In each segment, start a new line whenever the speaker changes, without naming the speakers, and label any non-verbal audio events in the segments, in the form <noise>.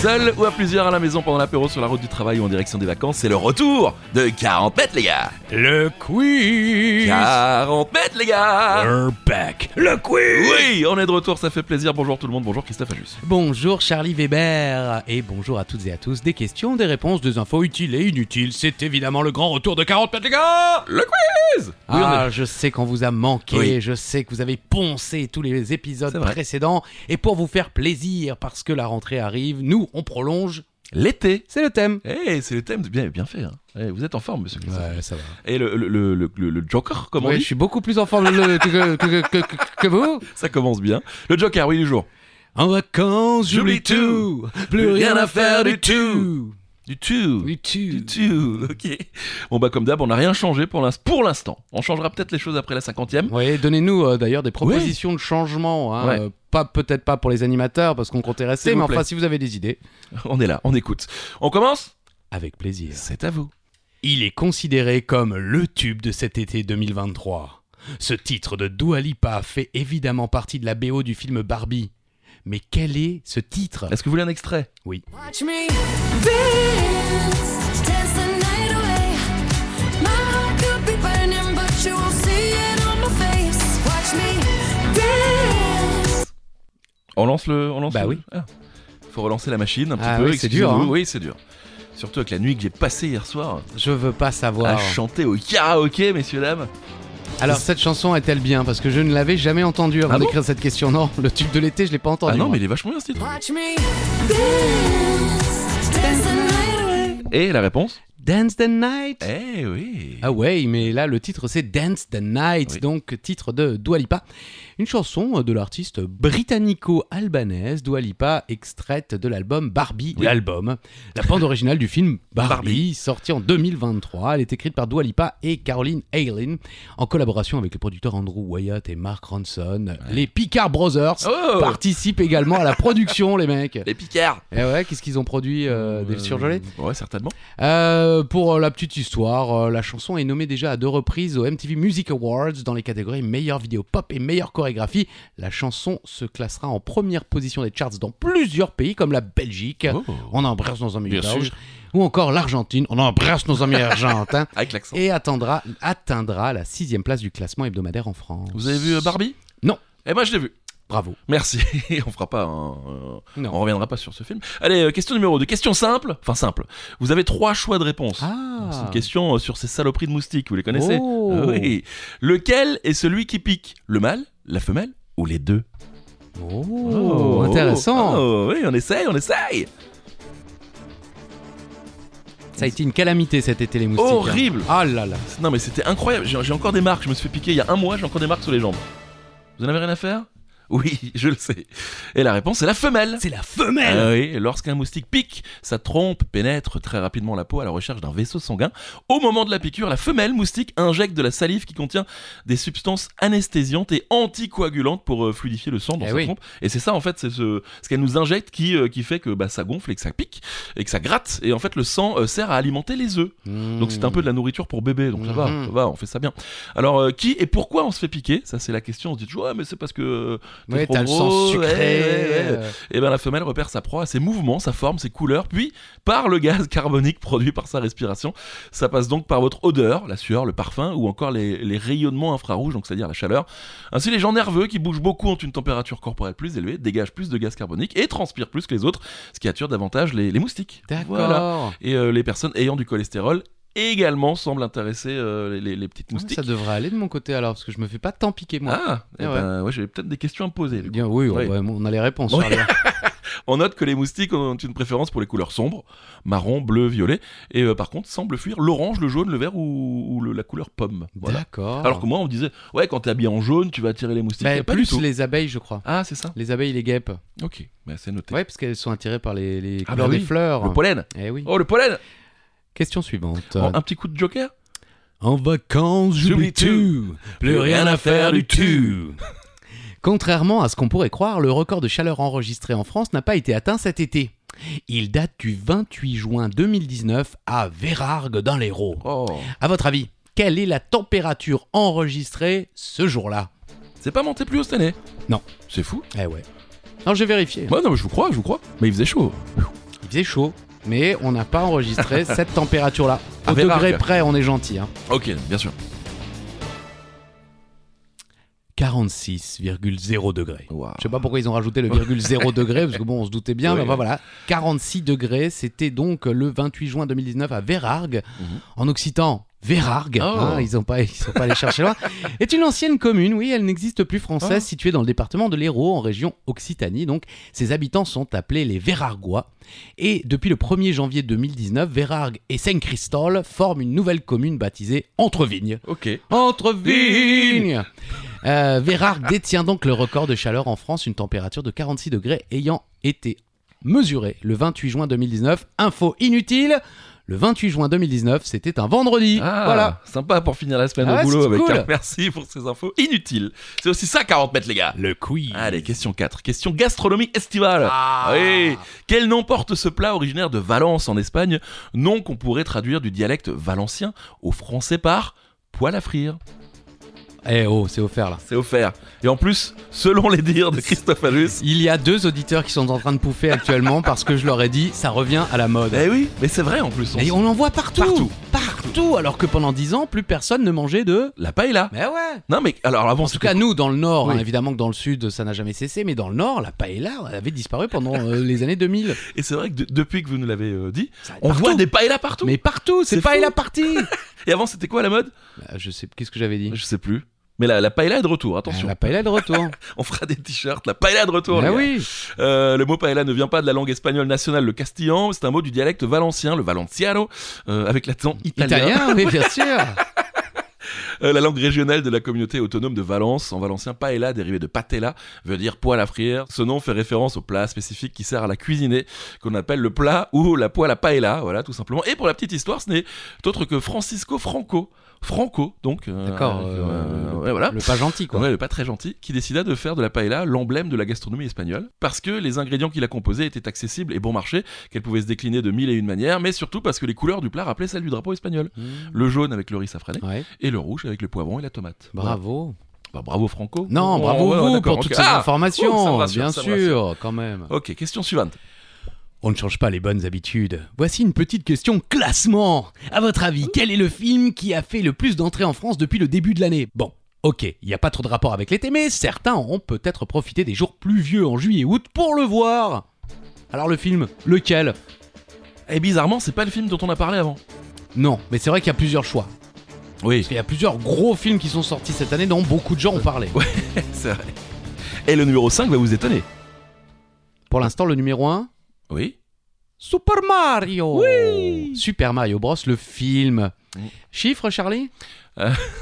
Seul ou à plusieurs à la maison pendant l'apéro sur la route du travail ou en direction des vacances, c'est le retour de 40 mètres, les gars.
Le quiz.
40 mètres, les gars.
We're back. Le quiz.
Oui, on est de retour, ça fait plaisir. Bonjour tout le monde, bonjour Christophe Ajus.
Bonjour Charlie Weber et bonjour à toutes et à tous. Des questions, des réponses, des infos utiles et inutiles. C'est évidemment le grand retour de 40 mètres, les gars
Le quiz Oui, on est-
ah, je sais qu'on vous a manqué,
Oui.
je sais que vous avez poncé tous les épisodes
C'est vrai.
précédents. Et pour vous faire plaisir, parce que la rentrée arrive, nous, on prolonge,
L'été.
c'est le thème.
Eh, c'est le thème de bien, bien fait. hein. Eh, vous êtes en forme, monsieur Christophe.
ça va.
Et le, le- le- le- le- le Joker, comment
Oui,
on
je
dit
suis beaucoup plus en forme le- que, que- que- que- que- que vous.
Ça commence bien. Le Joker, oui, du jour.
En vacances,
j'oublie tout. Plus rien à faire du tout. Du tout.
Du tout.
Du tout, ok. Bon, bah, comme d'hab, on n'a rien changé pour l'ins- pour l'instant. On changera peut-être les choses après la cinquantième.
Oui, donnez-nous euh, d'ailleurs des propositions de changement. hein,
Ouais.
euh, pas peut-être pas pour les animateurs parce qu'on comptait rester,
S'il
mais
vous
enfin
plaît.
si vous avez des idées,
On est là, on écoute. On commence
avec plaisir.
C'est à vous.
Il est considéré comme le tube de cet été 2023. Ce titre de Dua Lipa fait évidemment partie de la BO du film Barbie. Mais quel est ce titre
Est-ce que vous voulez un extrait
Watch me dance, dance the night away. My heart could be burning, but you won't see it on my face. Watch me dance.
On lance le. On lance
Bah
le-
oui.
Ah. Faut relancer la machine un petit
Ah
peu.
oui, c'est dur,
excusez-nous.
hein.
Oui, c'est dur. Surtout avec la nuit que j'ai passée hier soir
Je veux pas
à
savoir.
chanter au karaoké, messieurs, dames.
Alors cette chanson est-elle bien Parce que je ne l'avais jamais entendue avant
Ah bon
d'écrire cette question. Non, le tube de l'été, je l'ai pas entendu.
Ah non,
moi.
mais il est vachement bien ce titre.
Watch me dance, dance the night away.
Et la réponse
Dance the night.
Eh oui.
Ah ouais, mais là le titre c'est Dance the Night,
Oui.
donc titre de Dua Lipa. Une chanson de l'artiste britannico-albanaise Dua Lipa, extraite de l'album Barbie,
Oui.
l'album, la bande originale du film <laughs> Barbie,
Barbie.
sorti en 2023. Elle est écrite par Dua Lipa et Caroline Aylin, en collaboration avec les producteurs Andrew Wyatt et Mark Ronson. Les Picard Brothers
Oh
participent également à la production, les <laughs> mecs.
Les Picards
Et ouais, qu'est-ce qu'ils ont produit euh, Des surgelés
Ouais, certainement.
euh, pour euh, la petite histoire, euh, la chanson est nommée déjà à deux reprises aux MTV Music Awards dans les catégories meilleure vidéo pop et meilleure chorégraphie. La chanson se classera en première position des charts dans plusieurs pays comme la Belgique.
Oh.
On embrasse nos amis
Bien
belges.
sûr.
Ou encore l'Argentine. On embrasse nos
<laughs>
amis argentins.
Avec l'accent.
Et attendra, atteindra la sixième place du classement hebdomadaire en France.
Vous avez vu euh, Barbie
Non.
Eh ben, je l'ai vu.
Bravo.
Merci. <laughs> on fera pas un- un- On
Non.
reviendra pas sur ce film. Allez, euh, question numéro 2. Question simple. Enfin, simple. Vous avez trois choix de réponse.
Ah.
C'est une question euh, sur ces saloperies de moustiques, vous les connaissez
Oh.
Ah Oui. Lequel est celui qui pique Le mâle, la femelle ou les deux
Oh, intéressant.
Oh, oui, on essaye, on essaye
Ça a été une calamité cet été les moustiques. hein.
Horrible.
Ah là là.
Non, mais c'était incroyable. J'ai j'ai encore des marques. Je me suis fait piquer il y a un mois, j'ai encore des marques sur les jambes. Vous en avez rien à faire Oui, <laughs> je le sais. Et la réponse, c'est la femelle
C'est la femelle.
Ah oui, lorsqu'un moustique pique, sa trompe pénètre très rapidement la peau à la recherche d'un vaisseau sanguin. Au moment de la piqûre, la femelle moustique injecte de la salive qui contient des substances anesthésiantes et anticoagulantes pour euh, fluidifier le sang dans
Eh
sa
oui.
trompe. Et c'est ça en fait, c'est ce, ce qu'elle nous injecte qui, euh, qui fait que bah, ça gonfle et que ça pique et que ça gratte. Et en fait, le sang euh, sert à alimenter les œufs. Donc c'est un peu de la nourriture pour bébé, donc ça va,
Mhm.
ça va, on fait ça bien. Alors euh, qui et pourquoi on se fait piquer Ça c'est la question. On se dit toujours ouais mais c'est parce que euh, t'es
Ouais,
trop
t'as le
gros,
sang sucré.
ouais, ouais, ouais.
euh,
Et bien Eh ben, la femelle repère sa proie à ses mouvements, sa forme, ses couleurs, puis par le gaz <laughs> carbonique produit par sa respiration. Ça passe donc par votre odeur, la sueur, le parfum ou encore les, les rayonnements infrarouges, donc c'est-à-dire la chaleur. Ainsi, les gens nerveux qui bougent beaucoup ont une température corporelle plus élevée, dégagent plus de gaz carbonique et transpirent plus que les autres, ce qui attire davantage les, les moustiques.
D'accord. Ah,
Voilà. Et euh, les personnes ayant du cholestérol également semblent intéresser euh, les, les- les petites
Ouais,
moustiques.
Ah, Ça devrait aller de mon côté alors, parce que je me fais pas tant piquer moi.
Ah, eh
Ah ouais.
ben, ouais, j'avais peut-être des questions à me poser. du coup.
Bien, oui,
Oui.
ouais, on a les réponses.
Oui.
Charlie.
On note que les moustiques ont une préférence pour les couleurs sombres, marron, bleu, violet, et euh, par contre semblent fuir l'orange, le jaune, le vert ou, ou le- la couleur pomme. <laughs> Voilà.
D'accord.
Alors que moi on me disait, ouais quand t'es habillé en jaune tu vas attirer les moustiques.
Bah,
Et pas du
plus
tout.
les abeilles, je crois.
Ah c'est ça
Les abeilles, les guêpes.
Ok, bah, c'est noté.
Ouais, parce qu'elles sont attirées par les, les
Ah
couleurs
bah oui,
des fleurs.
Le pollen
Eh oui.
Oh le pollen
Question suivante.
Oh, Un petit coup de joker
En vacances,
j'oublie tout. Plus rien à faire du tout.
Contrairement à ce qu'on pourrait croire, le record de chaleur enregistré en France n'a pas été atteint cet été. Il date du 28 juin 2019 à Vérargues dans l'Hérault.
Oh
À votre avis, quelle est la température enregistrée ce jour-là
C'est pas monté plus haut cette année
Non.
C'est fou
Eh ouais. Alors j'ai vérifié.
Ouais, non, mais je vous crois, je vous crois. Mais il faisait chaud.
Il faisait chaud, mais on n'a pas
<laughs>
enregistré cette température-là. Au
Avec
degré
Arc.
près, on est gentil. Hein.
Ok, bien sûr.
46,0 degrés.
Waouh.
Je sais pas pourquoi ils ont rajouté le virgule 0 degré, parce que bon, on se doutait bien,
Oui,
mais enfin,
oui.
voilà. 46 degrés, c'était donc le 28 juin 2019 à Vérargues,
Mhm.
en Occitan. Vérargues,
Oh.
hein, ils ont pas, ils sont pas allés
<laughs>
chercher loin, est une ancienne commune, oui, elle n'existe plus française,
Oh.
située dans le département de l'Hérault, en région Occitanie. Donc, ses habitants sont appelés les Vérargois. Et depuis le 1er janvier 2019, Vérargues et Saint-Christol forment une nouvelle commune baptisée Entrevignes.
Ok.
Entre vignes Euh, Vérargues détient donc le record de chaleur en France, une température de 46 degrés ayant été mesurée le 28 juin 2019. Info inutile, le 28 juin 2019, c'était un vendredi.
Ah,
Voilà.
Sympa pour finir la semaine
Ah,
au boulot
c'est
avec
cool.
un merci pour ces infos inutiles. C'est aussi ça 40 mètres, Ah, les gars.
Le quiz.
Allez, question 4. Question gastronomie estivale.
Ah.
Oui. Quel nom porte ce plat originaire de Valence en Espagne Nom qu'on pourrait traduire du dialecte valencien au français par poil à frire.
Eh oh, c'est offert là.
C'est offert. Et en plus, selon les dires de Christophe Alus.
Il y a deux auditeurs qui sont en train de pouffer actuellement parce que je leur ai dit, ça revient à la mode.
Eh oui, mais c'est vrai en plus.
Et
s-
on en voit partout,
Partout.
Partout, alors que pendant 10 ans, plus personne ne mangeait de...
La paille là.
Mais ouais
Non mais alors avant
En tout cas, nous, dans le Nord,
Oui.
hein, évidemment que dans le Sud, ça n'a jamais cessé, mais dans le Nord, la paella avait disparu pendant euh, les années 2000.
et c'est vrai que de- depuis que vous nous l'avez euh, dit,
Ça va être
on
partout.
voit des paellas partout.
Mais partout,
C'est
c'est
fou.
paella partie
Et avant c'était quoi la mode
Bah, Je sais, qu'est-ce que j'avais dit
Je sais plus. Mais la, la paella est de retour,
Ah,
attention.
La paella de retour.
On fera des t-shirts, la paella de <laughs> retour.
ah
les gars.
oui
Euh, le mot paella ne vient pas de la langue espagnole nationale, le castillan, c'est un mot du dialecte valencien, le valenciano, euh, avec l'accent italien,
Italien, oui,
<laughs>
bien sûr
Euh, la langue régionale de la communauté autonome de Valence. En valencien, paella, dérivé de patella, veut dire poêle à frire. Ce nom fait référence au plat spécifique qui sert à la cuisiner, qu'on appelle le plat ou la poêle à paella, voilà, tout simplement. Et pour la petite histoire, ce n'est autre que Francisco Franco. Franco, donc. euh,
D'accord,
euh,
euh,
ouais, voilà.
Le pas gentil, quoi.
Ouais, le pas très gentil, qui décida de faire de la paella l'emblème de la gastronomie espagnole, parce que les ingrédients qu'il a composés étaient accessibles et bon marché, qu'elle pouvait se décliner de mille et une manières, mais surtout parce que les couleurs du plat rappelaient celles du drapeau espagnol.
Mmh.
Le jaune avec le riz safrané,
Ouais,
et le rouge avec le poivron et la tomate. Voilà.
bravo.
Bah, bravo Franco.
Non,
Oh,
bravo
ouais, ouais,
vous
d'accord,
pour toutes
ok.
ces
Ah Ouh, ça
informations,
me rassure,
bien
ça me
sûr, quand même.
Ok, question suivante.
On ne change pas les bonnes habitudes. Voici une petite question classement. À votre avis, quel est le film qui a fait le plus d'entrées en France depuis le début de l'année Bon, ok, il n'y a pas trop de rapport avec l'été, mais certains auront peut-être profité des jours pluvieux en juillet et août pour le voir. Alors le film, lequel
Et Eh, bizarrement, c'est pas le film dont on a parlé avant.
Non, mais c'est vrai qu'il y a plusieurs choix.
Oui,
Parce qu'il y a plusieurs gros films qui sont sortis cette année dont beaucoup de gens ont parlé.
<laughs> c'est vrai. Et le numéro 5 va vous étonner.
Pour l'instant, le numéro 1
Oui.
Super Mario Super Mario Bros, le film.
Oui.
Chiffre, Charlie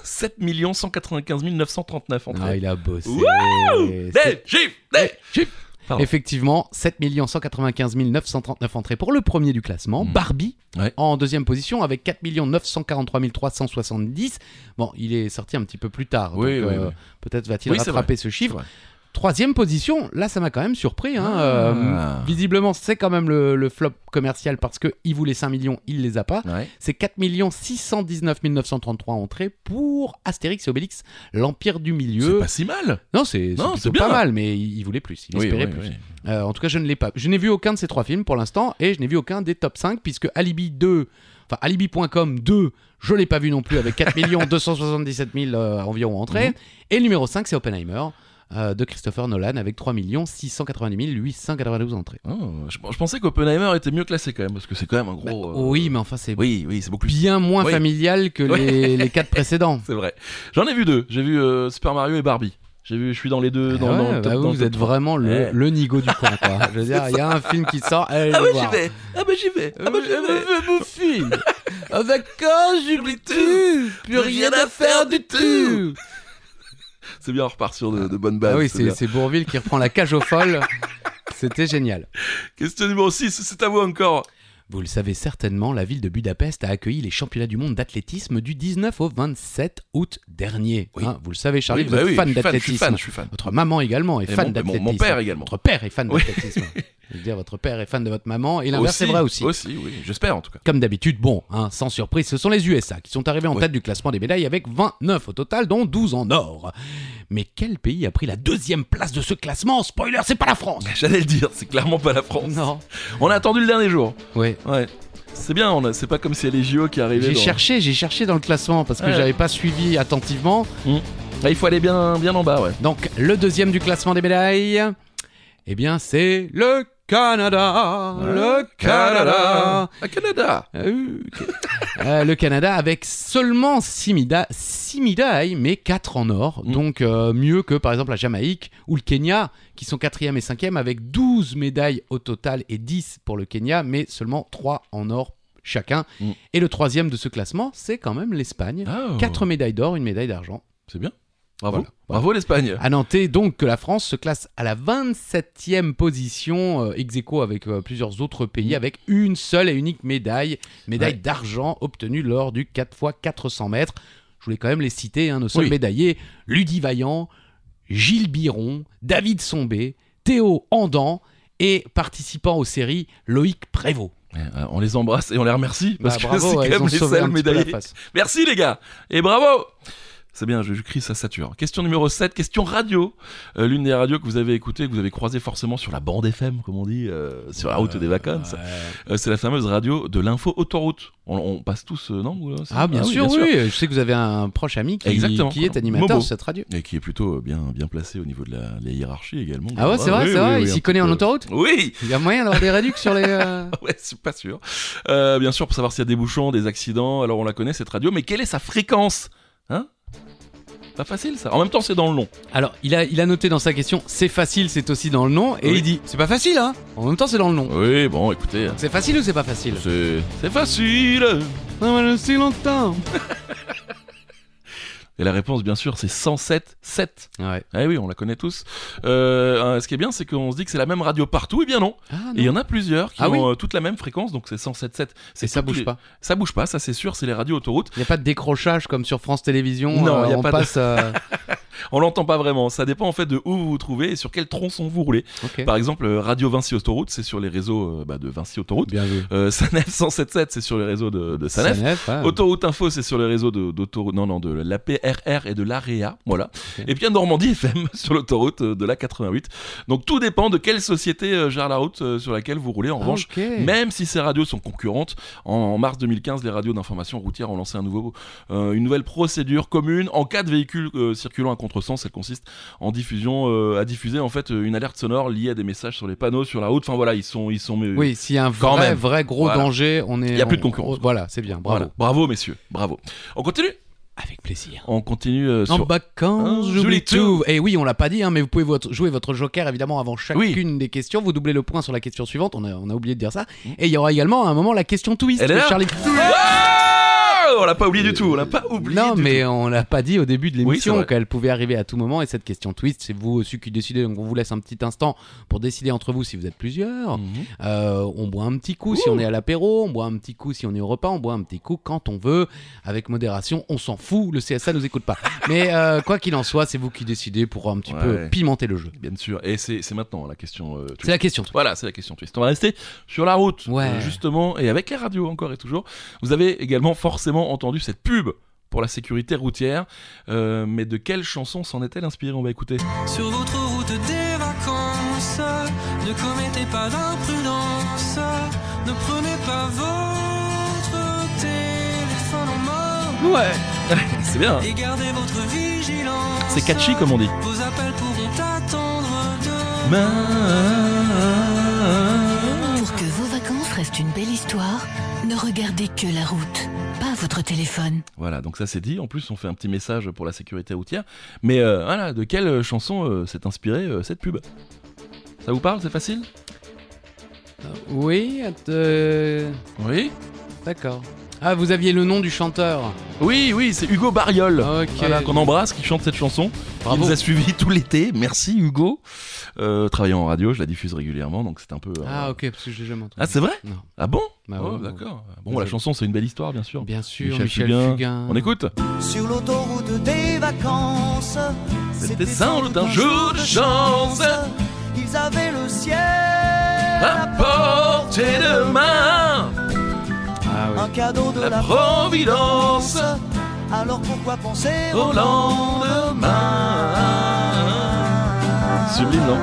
7 195 939
Ah,
entrées.
il a bossé. C'est-
Des chiffres, des Pardon.
Effectivement, 7 195 939 entrées pour le premier du classement.
Mm.
Barbie
Ouais.
en deuxième position avec 4 943 370. Bon, il est sorti un petit peu plus tard.
Oui,
donc,
oui,
euh,
oui.
Peut-être va-t-il
Oui, c'est
rattraper ce chiffre.
vrai.
Troisième position, là ça m'a quand même surpris. hein, euh,
Ah.
visiblement, c'est quand même le, le flop commercial parce qu'il voulait 5 millions, il les a pas.
Ouais.
C'est 4 619 933 entrées pour Astérix et Obélix, l'Empire du
C'est
Milieu.
pas si mal.
Non, c'est c'est
Non,
plutôt
c'est
pas
bien.
mal, mais il il voulait plus, il espérait plus. Euh, en tout cas, je ne l'ai pas. Je n'ai vu aucun de ces trois films pour l'instant et je n'ai vu aucun des top 5 puisque Alibi 2, enfin Alibi.com 2, je l'ai pas vu non plus avec
<laughs>
4 277 000 euh, environ entrées.
Mhm.
Et le numéro 5, c'est Oppenheimer euh, de Christopher Nolan avec 3 690 892 entrées.
Oh, je, je pensais qu'Oppenheimer était mieux classé quand même, parce que c'est quand même un
Bah,
gros. euh,
oui, mais enfin, c'est
Oui, oui, c'est beaucoup plus. <laughs>
bien moins
Oui.
familial que
Oui.
les,
<laughs>
les quatre précédents.
C'est vrai. J'en ai vu deux. J'ai vu euh, Super Mario et Barbie. J'ai vu, je suis dans les deux. dans,
Ah
dans
ouais,
le
bah
top-
vous,
dans le
vous
top
êtes vraiment le,
Ouais.
le nigo du coin, quoi.
<laughs>
Je veux dire, il y a un film qui sort, allez le
Ah ouais,
voir.
j'y vais. Ah bah j'y vais. Ah bah j'y vais.
mon film D'accord, j'oublie tout Plus
rien à faire du tout. C'est bien, on repart sur de, de bonnes bases.
Ah oui,
c'est
c'est
bien.
c'est Bourville qui reprend la cage aux folles. <laughs> C'était génial.
Question numéro 6, c'est à vous encore.
Vous le savez certainement, la ville de Budapest a accueilli les championnats du monde d'athlétisme du 19 au 27 août dernier. Hein,
Oui.
vous le savez, Charlie,
Oui,
vous
bah
êtes
oui,
fan
je suis je suis
d'athlétisme.
fan, je suis fan.
Votre maman également est
Et
fan
mon- mon-
d'athlétisme.
mon père également.
Votre père est fan
<laughs> Oui.
d'athlétisme. Je veux dire, votre père est fan de votre maman et l'inverse
Aussi,
est vrai aussi.
Aussi, oui, j'espère en tout cas. <laughs>
Comme d'habitude, bon, hein, sans surprise, ce sont les USA qui sont arrivés en
Ouais.
tête du classement des médailles avec 29 au total, dont 12 en or. Mais quel pays a pris la deuxième place de ce classement Spoiler, c'est pas la France
J'allais le dire, c'est clairement pas la France.
Non.
On a attendu le dernier jour.
Ouais.
Ouais. C'est bien, on a- c'est pas comme s'il y a les JO qui arrivaient.
J'ai
dans-
cherché, j'ai cherché dans le classement parce que
Ouais.
j'avais pas suivi attentivement.
Là, Ah, il faut aller bien, bien en bas, ouais.
Donc, le deuxième du classement des médailles, eh bien, c'est le Canada. Le Canada.
À Canada
Euh, ok. Euh, le Canada avec seulement 6 médailles, mais 4 en or.
Mm.
Donc euh, mieux que par exemple la Jamaïque ou le Kenya, qui sont 4e et 5e avec 12 médailles au total et 10 pour le Kenya, mais seulement 3 en or chacun.
Mm.
Et le troisième de ce classement, c'est quand même l'Espagne.
Ah,
4 médailles d'or, une médaille d'argent.
C'est bien. Bravo.
Voilà.
Bravo l'Espagne.
À noter donc que la France se classe à la 27e position, euh, ex aequo avec euh, plusieurs autres pays, avec une seule et unique médaille, médaille
Mm. Ouais.
d'argent obtenue lors du 4x400 mètres. Je voulais quand même les citer, hein, nos seuls
Oui.
médaillés, Ludie Vaillant, Gilles Biron, David Sombé, Théo Andan et participant aux séries Loïc Prévost.
Euh, On les embrasse et on les remercie parce
Bah,
que c'est
bravo,
quand
ouais, ils
même
ont
les
sauvé
seuls
un petit peu la
médaillés.
face.
Merci les gars et bravo c'est bien, je, je crie, ça sature. Question numéro 7, question radio. Euh, L'une des radios que vous avez écoutées, que vous avez croisées forcément sur la bande FM, comme on dit, euh, sur la route des vacances, Euh, c'est la fameuse radio de l'info autoroute. On, on passe tous, euh, non vous, là, c'est-
Ah bien sûr,
bien
oui. Je sais que vous avez un proche ami qui,
Exactement.
qui est animateur
Momo.
de cette radio.
Et qui est plutôt euh, bien, bien placé au niveau de la, la hiérarchie également.
Ah ouais, c'est vrai,
oui,
c'est
oui,
vrai.
oui,
il
un
s'y
petit
connaît en
peu.
autoroute
Oui <laughs>
Il y a moyen d'avoir des réductions sur les. euh,
Ouais, je suis pas sûr. Euh, bien sûr, pour savoir s'il y a des bouchons, des accidents, alors on la connaît cette radio, mais quelle est sa fréquence Hein Pas facile ça. En même temps, c'est dans le long.
<laughs> Alors, il a, il a noté dans sa question c'est facile, c'est aussi dans le nom, et
Oui.
il dit c'est pas facile, hein En même temps, c'est dans le nom.
Oui, bon, écoutez, hein,
C'est facile ou c'est pas facile
c'est c'est facile.
Non, mais c'est longtemps
Et la réponse, bien sûr, c'est 107 7.
Ouais.
Eh oui, on la connaît tous. Euh, euh, ce qui est bien, c'est qu'on se dit que c'est la même radio partout. Eh bien non.
Ah,
Et il y
non.
en a plusieurs qui
Ah
ont
oui.
euh, toute la même fréquence, donc c'est 107 7.
Et ça bouge pas.
Ça bouge pas, ça c'est sûr, c'est les radios autoroutes.
Il n'y a pas de décrochage comme sur France Télévisions.
Non,
euh,
y a
on
pas de-
passe.
<laughs>
euh,
On l'entend pas vraiment. Ça dépend en fait de où vous vous trouvez et sur quel tronçon vous roulez.
Ok.
Par exemple, euh, Radio Vinci Autoroute, c'est sur les réseaux euh, bah, de Vinci Autoroute.
Bien vu.
Euh, Sanef 177, c'est sur les réseaux de, de Sanef.
Sanef, ouais.
Autoroute Info, c'est sur les réseaux de- d'autoroute, non, non, de l'APRR et de l'AREA, voilà.
Ok.
Et bien Normandie FM <laughs> sur l'autoroute euh, de la 88. Donc tout dépend de quelle société euh, gère la route euh, sur laquelle vous roulez. En
Ah,
revanche,
ok.
même si ces radios sont concurrentes, en, en mars 2015, les radios d'information routière ont lancé un nouveau, euh, une nouvelle procédure commune en cas de véhicule euh, circulant à contresens. Elle consiste en diffusion, euh, à diffuser en fait euh, une alerte sonore liée à des messages sur les panneaux, sur la route. Enfin voilà, ils sont, ils sont. euh, mais-
Oui, s'il y a un
Quand
vrai,
même.
vrai gros
Voilà.
danger, on est.
Y a plus de
on-
concurrence.
on- Voilà, c'est bien, bravo.
Voilà. bravo messieurs, bravo. On continue,
Avec plaisir.
on continue euh,
En
sur.
vacances,
Ah,
j'oublie
j'oublie
tout. Et oui, on l'a pas dit, hein, mais vous pouvez votre- jouer votre joker évidemment avant chacune des questions. Vous doublez le point sur la question suivante. On a, on a oublié de dire ça. Et il y aura également à un moment la question twist.
Mmh. Elle est là
Charlie.
Ah on l'a pas oublié du tout, on l'a pas oublié.
Euh, non,
du
mais on l'a pas dit au début de l'émission
Oui, c'est vrai.
qu'elle pouvait arriver à tout moment. Et cette question twist, c'est vous aussi qui décidez. Donc on vous laisse un petit instant pour décider entre vous si vous êtes plusieurs.
tout. Mhm.
Euh, on boit un petit coup si on est à l'apéro, on boit un petit coup si on est au repas, on boit un petit coup quand on veut, avec modération, on s'en fout, le CSA nous <laughs> écoute pas. Mais euh, quoi qu'il en soit, c'est vous qui décidez pour un petit peu
Ouais.
pimenter le jeu.
Bien sûr, et c'est c'est maintenant la question. euh, twist.
C'est la question. toi.
Voilà, c'est la question twist. On va rester sur la route,
Ouais.
euh, justement, et avec les radios encore et toujours. Vous avez également forcément entendu cette pub pour la sécurité routière, Euh, mais de quelle chanson s'en est-elle inspirée On va écouter.
Sur votre route des vacances, ne commettez pas d'imprudence, ne prenez pas votre téléphone en main
Ouais <laughs> C'est bien, hein
et gardez votre vigilance.
c'est catchy comme on dit.
Vos appels pourront attendre demain.
Pour que vos vacances restent une belle histoire, ne regardez que la route, pas votre téléphone.
Voilà, donc ça c'est dit. En plus, on fait un petit message pour la sécurité routière. Mais euh, voilà, de quelle euh, chanson euh, s'est inspirée euh, cette pub Ça vous parle C'est facile
Oui, euh,
Oui
d'accord. Ah, vous aviez le nom du chanteur.
Oui, oui, c'est Hugo Barriol.
Ok.
Voilà, qu'on embrasse, qui chante cette chanson.
Bravo.
Il nous a suivis tout l'été. Merci Hugo. Euh, travaillant en radio, je la diffuse régulièrement, donc c'est un peu. euh,
Ah, ok, parce que je l'ai jamais entendu.
Ah, c'est vrai
Non.
Ah bon
Bah
Oh,
ouais, ouais.
D'accord. Bon,
Désolé.
la chanson, c'est une belle histoire, bien sûr.
Bien sûr,
Michel
Michel,
Fugain.
Fugain.
On écoute
Sur l'autoroute des vacances,
C'était sans doute un jour de chance.
Ils avaient le ciel
à portée de main,
Ah oui.
un cadeau de la,
la providence
Alors pourquoi penser
au lendemain. Sublime, non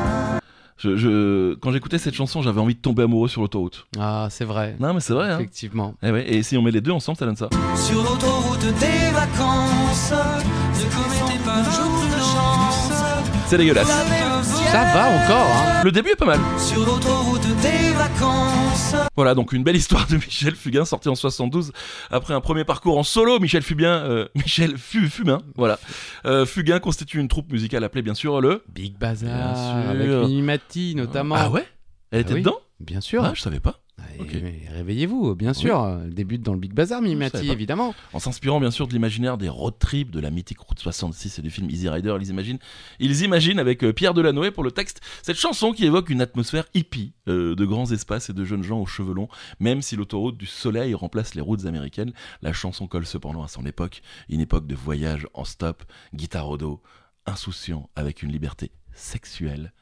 je, je- Quand j'écoutais cette chanson, j'avais envie de tomber amoureux sur l'autoroute.
Ah, c'est vrai.
Non, mais c'est vrai, hein.
Effectivement.
Eh ouais, et si on met les deux ensemble, ça donne ça.
Sur l'autoroute des vacances,
Ne commettez pas
toujours de chance.
d'imprudence.
C'est dégueulasse.
Ça va encore, hein.
Le début est pas mal.
Sur l'autoroute des vacances,
Voilà, donc une belle histoire de Michel Fugain, sorti en 72 après un premier parcours en solo. Michel Fugain, euh, Michel Fu- Fumain, voilà. Euh, Fugain constitue une troupe musicale appelée bien sûr le.
Big Bazar,
Bien
avec
sûr.
Mimimati notamment.
Ah ouais Elle était
Ah oui.
dedans
Bien sûr.
Ah, je savais pas.
Et-
ok.
mais Réveillez-vous, bien sûr. Elle débute dans le Big Bazar,
Je
Mimimati,
savais pas.
évidemment.
En s'inspirant bien sûr de l'imaginaire des road trips, de la mythique Route 66 et du film Easy Rider, ils imaginent, ils imaginent avec euh, Pierre Delanoë pour le texte cette chanson qui évoque une atmosphère hippie euh, de grands espaces et de jeunes gens aux cheveux longs. Même si l'autoroute du soleil remplace les routes américaines, la chanson colle cependant à son époque, une époque de voyage en stop, guitare au dos, insouciant avec une liberté sexuelle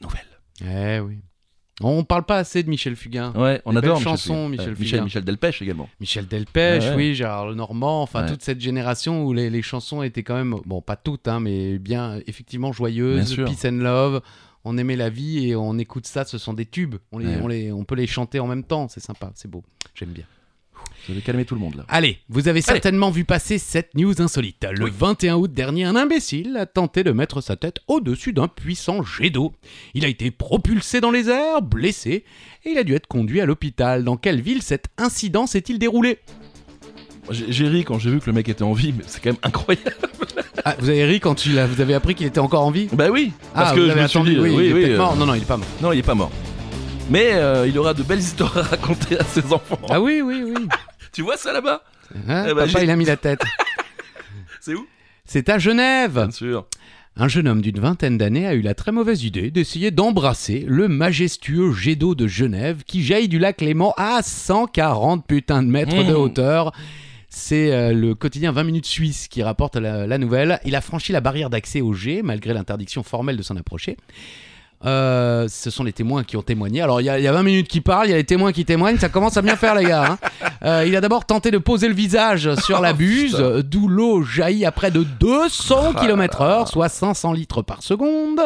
nouvelle.
Eh oui. On parle pas assez de Michel Fugain.
Ouais, on
Des
adore
belles
Michel
chansons,
Fugain.
Michel
Euh, Michel,
Fugain.
Michel Delpech également.
Michel Delpech,
Ah ouais.
oui, Gérard Lenormand, enfin
Ouais.
toute cette génération où les, les chansons étaient quand même, bon, pas toutes, hein, mais bien effectivement
Bien
joyeuses,
sûr.
peace and love. On aimait la vie et on écoute ça, ce sont des tubes. On, les,
Ouais.
on, les, on peut les chanter en même temps, c'est sympa, c'est beau, j'aime bien.
Je vais calmer tout le monde là.
Allez, vous avez certainement vu passer cette news insolite. Le 21 août dernier, un imbécile a tenté de mettre sa tête au-dessus d'un puissant jet d'eau. Il a été propulsé dans les airs, blessé, et il a dû être conduit à l'hôpital. Dans quelle ville cet incident s'est-il déroulé
J'ai j'ai ri quand j'ai vu que le mec était en vie, mais c'est quand même incroyable.
Ah, vous avez ri quand il a- vous avez appris qu'il était encore en vie
Bah oui, parce
ah,
que
vous
je
avez
me suis
attendu,
dit,
oui,
oui,
il est
oui,
peut-être
euh,
mort. Non, non, il est pas mort.
non, il est pas mort. Mais euh, il aura de belles <laughs> histoires à raconter à ses enfants.
Ah oui, oui, oui.
Tu vois ça là-bas
Hein,
Eh ben,
papa,
j'ai-
il a mis la tête.
C'est où
C'est à Genève.
Bien sûr.
Un jeune homme d'une vingtaine d'années a eu la très mauvaise idée d'essayer d'embrasser le majestueux jet d'eau de Genève qui jaillit du lac Léman à 140 putains de mètres de
Mmh.
hauteur. C'est euh, le quotidien 20 minutes suisse qui rapporte la, la nouvelle. Il a franchi la barrière d'accès au jet malgré l'interdiction formelle de s'en approcher. Euh, ce sont les témoins qui ont témoigné. Alors, il y, a- il y a 20 minutes qui parlent, il y a les témoins qui témoignent, ça commence à bien faire, les gars. hein. Euh, il a d'abord tenté de poser le visage
<laughs>
sur
Oh,
la buse, euh, d'où l'eau jaillit à près de 200 km/h, soit 500 litres par seconde,